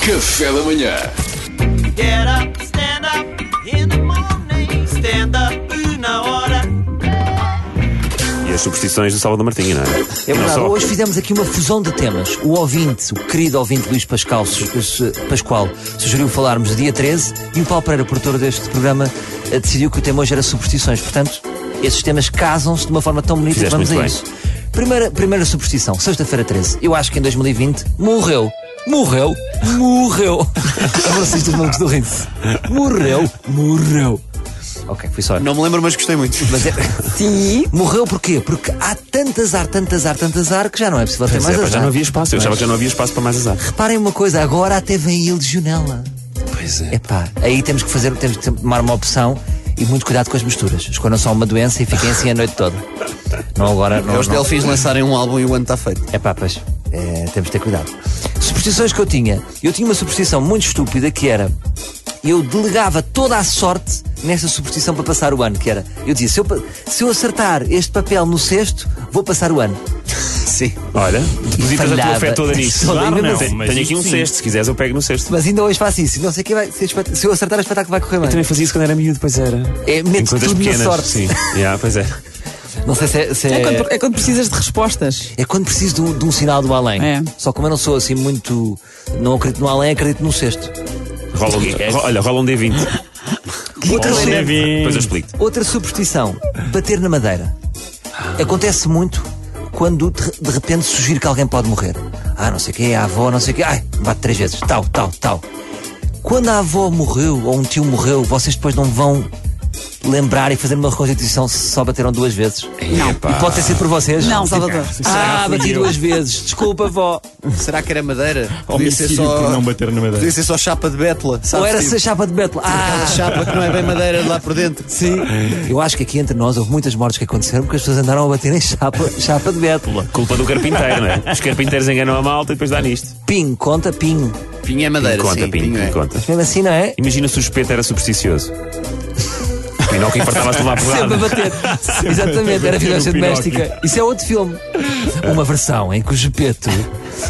Café da manhã. Get up, stand up in the morning. Stand up na hora. E as superstições do Salvador Martinho, não é? É não verdade, só. hoje fizemos aqui uma fusão de temas. O ouvinte, o querido ouvinte Luís Pascal, su- su- Pascoal, sugeriu falarmos do dia 13 e o Paulo Pereira, produtor deste programa, eh, decidiu que o tema hoje era superstições. Portanto, esses temas casam-se de uma forma tão bonita Fizeste que vamos muito a bem. isso. Primeira, primeira superstição, sexta-feira 13. Eu acho que em 2020 morreu. Morreu. Morreu. Vocês não estão rindo Morreu. Morreu. Ok, fui só. Não me lembro, mas gostei muito. Mas é... Sim. Morreu porquê? Porque há tanto azar, tanto azar, tanto azar que já não é possível ter Pois mais é, pá, azar. já não havia espaço. Eu achava que já não havia espaço para mais azar. Reparem uma coisa, agora até vem ele de janela. Pois é. Epá, aí temos que fazer, temos que tomar uma opção e muito cuidado com as misturas. Escolham só uma doença e fiquem assim a noite toda. Não agora, não. É os não. Delfins lançarem um álbum e o ano está feito. Epá, pois, é, temos de ter cuidado. Superstições que eu tinha. Eu tinha uma superstição muito estúpida que era. Eu delegava toda a sorte nessa superstição para passar o ano, que era. Eu dizia, se eu, pa- se eu acertar este papel no cesto, vou passar o ano. Sim. Olha, depositas a tua falhava. fé toda nisso. Toda, ainda não. Tenho, Mas tenho isso aqui um sim. cesto, se quiseres eu pego no cesto. Mas ainda hoje faço isso. Não sei quem vai. Se, espet- se eu acertar, o espetáculo vai correr bem. Também fazia isso quando era miúdo, pois era. É, meto Em coisas tudo na pequenas. sorte. Sim, yeah, pois é. Não sei se é. se É é- quando, é quando precisas de respostas. é quando preciso de um, de um sinal do além. É. Só como eu não sou assim muito. Não acredito no além, acredito no cesto. Rola um, ro- olha, rola um D20. Outra, Rola um super- D20. Depois eu explico. outra superstição: bater na madeira. Acontece muito quando de, de repente surgir que alguém pode morrer. Ah, não sei quem é a avó, não sei quem. Ai, bate três vezes. Tal, tal, tal. Quando a avó morreu ou um tio morreu, vocês depois não vão lembrar e fazer uma reconstituição se só bateram duas vezes. Não. E pode ter sido por vocês? Não, Salvador. é Ah, bati duas vezes. Desculpa, vó. Será que era madeira? Podia ser Homicídio só. por não bater na madeira. Podia ser só chapa de bétula. sabes, Ou era tipo, essa chapa de Beto? Ah, aquela chapa que não é bem madeira lá por dentro. sim. Eu acho que aqui entre nós houve muitas mortes que aconteceram porque as pessoas andaram a bater em chapa, chapa de Beto. Culpa do carpinteiro, não é? Os carpinteiros enganam a malta e depois dá nisto. Pinho, conta, pinho. Pinho é madeira, conta, sim. Pinho, é. conta. Mesmo assim, não é? Imagina se o espeto era supersticioso. Pinóquio fartava-se de levar Sempre a porrada. bater. Exatamente, era bater violência o Pinóquio. doméstica. Isso é outro filme. Uma versão em que o Gepeto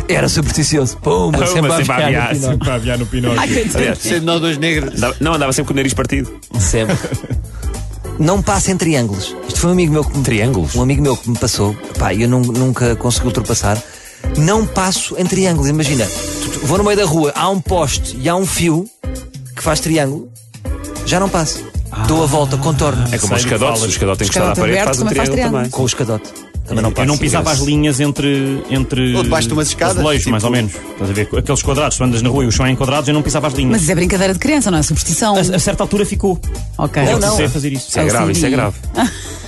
era supersticioso. Pumba, Pumba, sempre a sempre a afiar aviar, no Pinóquio. Sempre a aviar no Ai, Pinóquio. que Aliás, Sendo nós dois negros. dava- não, andava sempre com o nariz partido. Sempre. Não passa em triângulos. Isto foi um amigo meu que me. Triângulos? Um amigo meu que me passou. Pá, eu nun- nunca consegui ultrapassar. Não passo em triângulos. Imagina, tu- tu- vou no meio da rua, há um poste e há um fio que faz triângulo. Já não passo. Dou a volta, contorno. É como os Sério que escadotes. falas? O escadote tem que estar à Escadote parede, aberto faz um também faz triângulo também. Com o escadote. Também não passo. Eu não pisava as linhas entre. entre Ou debaixo de umas escadas, azulejos, tipo- mais ou menos. Estás a ver? Aqueles quadrados, tu andas na rua e os chão é em quadrados, eu não pisava as Mas linhas. isso é brincadeira de criança, não é superstição. A, a certa altura ficou. Ok. Não, Eu não. comecei a fazer isso. Isso é o grave, isso é siri. grave.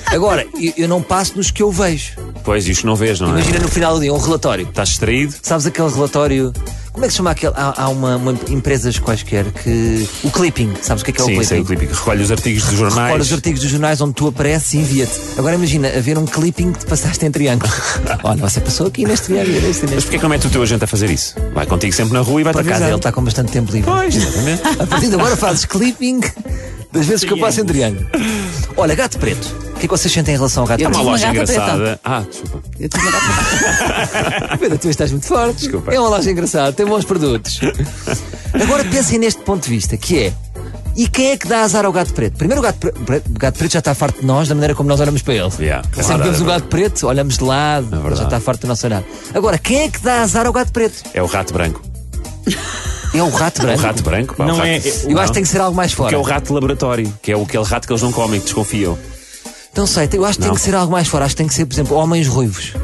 Agora, eu, eu não passo nos que eu vejo. Pois, e os que não vês, não é? Imagina É no final do dia um relatório. Estás distraído, Sabes aquele relatório. Como é que se chama aquele? Há, há uma, uma empresas quaisquer que. O clipping. Sabes o que é que é o sim, clipping? sei o clipe que recolhe os artigos dos Fora jornais. os artigos dos jornais onde tu apareces e envia-te. Agora imagina haver um clipping que te passaste em triângulo. Olha, você passou aqui neste triângulo, neste, Mas neste. porquê que não mete o teu agente a fazer isso? Vai contigo sempre na rua e vai-te Por acaso avisar. ele está com bastante tempo livre. Pois, exatamente. é A partir de agora fazes clipping das vezes que eu passo em triângulo. Olha, gato preto. O que é que vocês sentem em relação ao gato Há uma tive preto? uma loja gata engraçada. Ah, desculpa. Eu tive uma gata- Pedro, tu estás muito forte. Desculpa. É uma loja engraçada, tem bons produtos. Agora pensem neste ponto de vista, que é. E quem é que dá azar ao gato preto? Primeiro, o gato, pre- pre- o gato preto já está farto de nós, da maneira como nós olhamos para ele. Yeah, é Sempre verdade, vemos é o gato preto, olhamos de lado, É verdade. já está farto do nosso olhar. Agora, quem é que dá azar ao gato preto? É o rato branco. É o rato O branco. rato branco? pá, o Não rato- é- Eu acho que tem que ser algo mais Que fora. é o rato de laboratório, que é o- aquele rato que eles não comem, que desconfiam. Não Então sei, eu acho que tem Não. que ser algo mais fora. Acho que tem que ser, por exemplo, homens ruivos.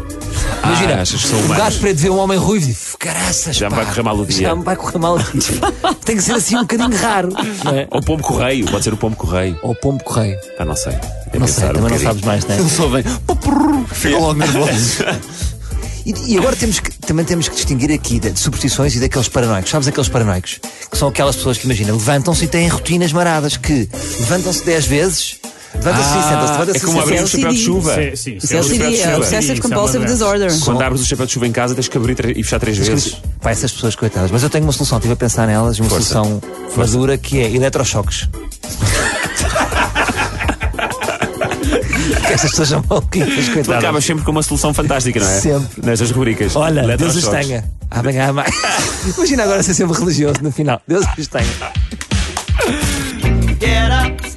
Imagina, Ah, achas que são o humanos? gato preto vê um homem ruivo e diz, caraças, Já me pá, vai correr mal o dia." Já me vai correr mal o dia. tem que ser assim um bocadinho raro, não é? Ou o pombo correio, pode ser o pombo correio. Ou pombo correio. Ah, não sei. É Não sei, pensar um também não bocadinho. sabes mais, não é? Eles só vêm. Ficam logo nervosos. E, e agora temos que- também temos que distinguir aqui da- de superstições e daqueles paranoicos. Sabes aqueles paranoicos? Que são aquelas pessoas que, imagina, levantam-se e têm rotinas maradas que levantam-se 10 vezes, levantam-se e sentam-se, Ah, levantam-se é e como sentam-se. abrir o chapéu de LCD. chuva. Sim, sim, Isso é é o chapéu de LCD, é chuva. Obsessive Isso é uma Compulsive doença. Disorder. Quando abres o chapéu de chuva em casa, tens que abrir tre- e fechar três vezes. Para essas pessoas, coitadas. Mas eu tenho uma solução, estive a pensar nelas, uma Força. solução madura que é eletrochoques. Porque estas pessoas são maluquinhas, Tu coitadas. acabas sempre com uma solução fantástica, não é? Sempre. Nestas rubricas. Olha, Deus os Eletrochoques. tenha. Amanhã há mais. Imagina agora ser sempre religioso no final. Deus os tenha. Get up,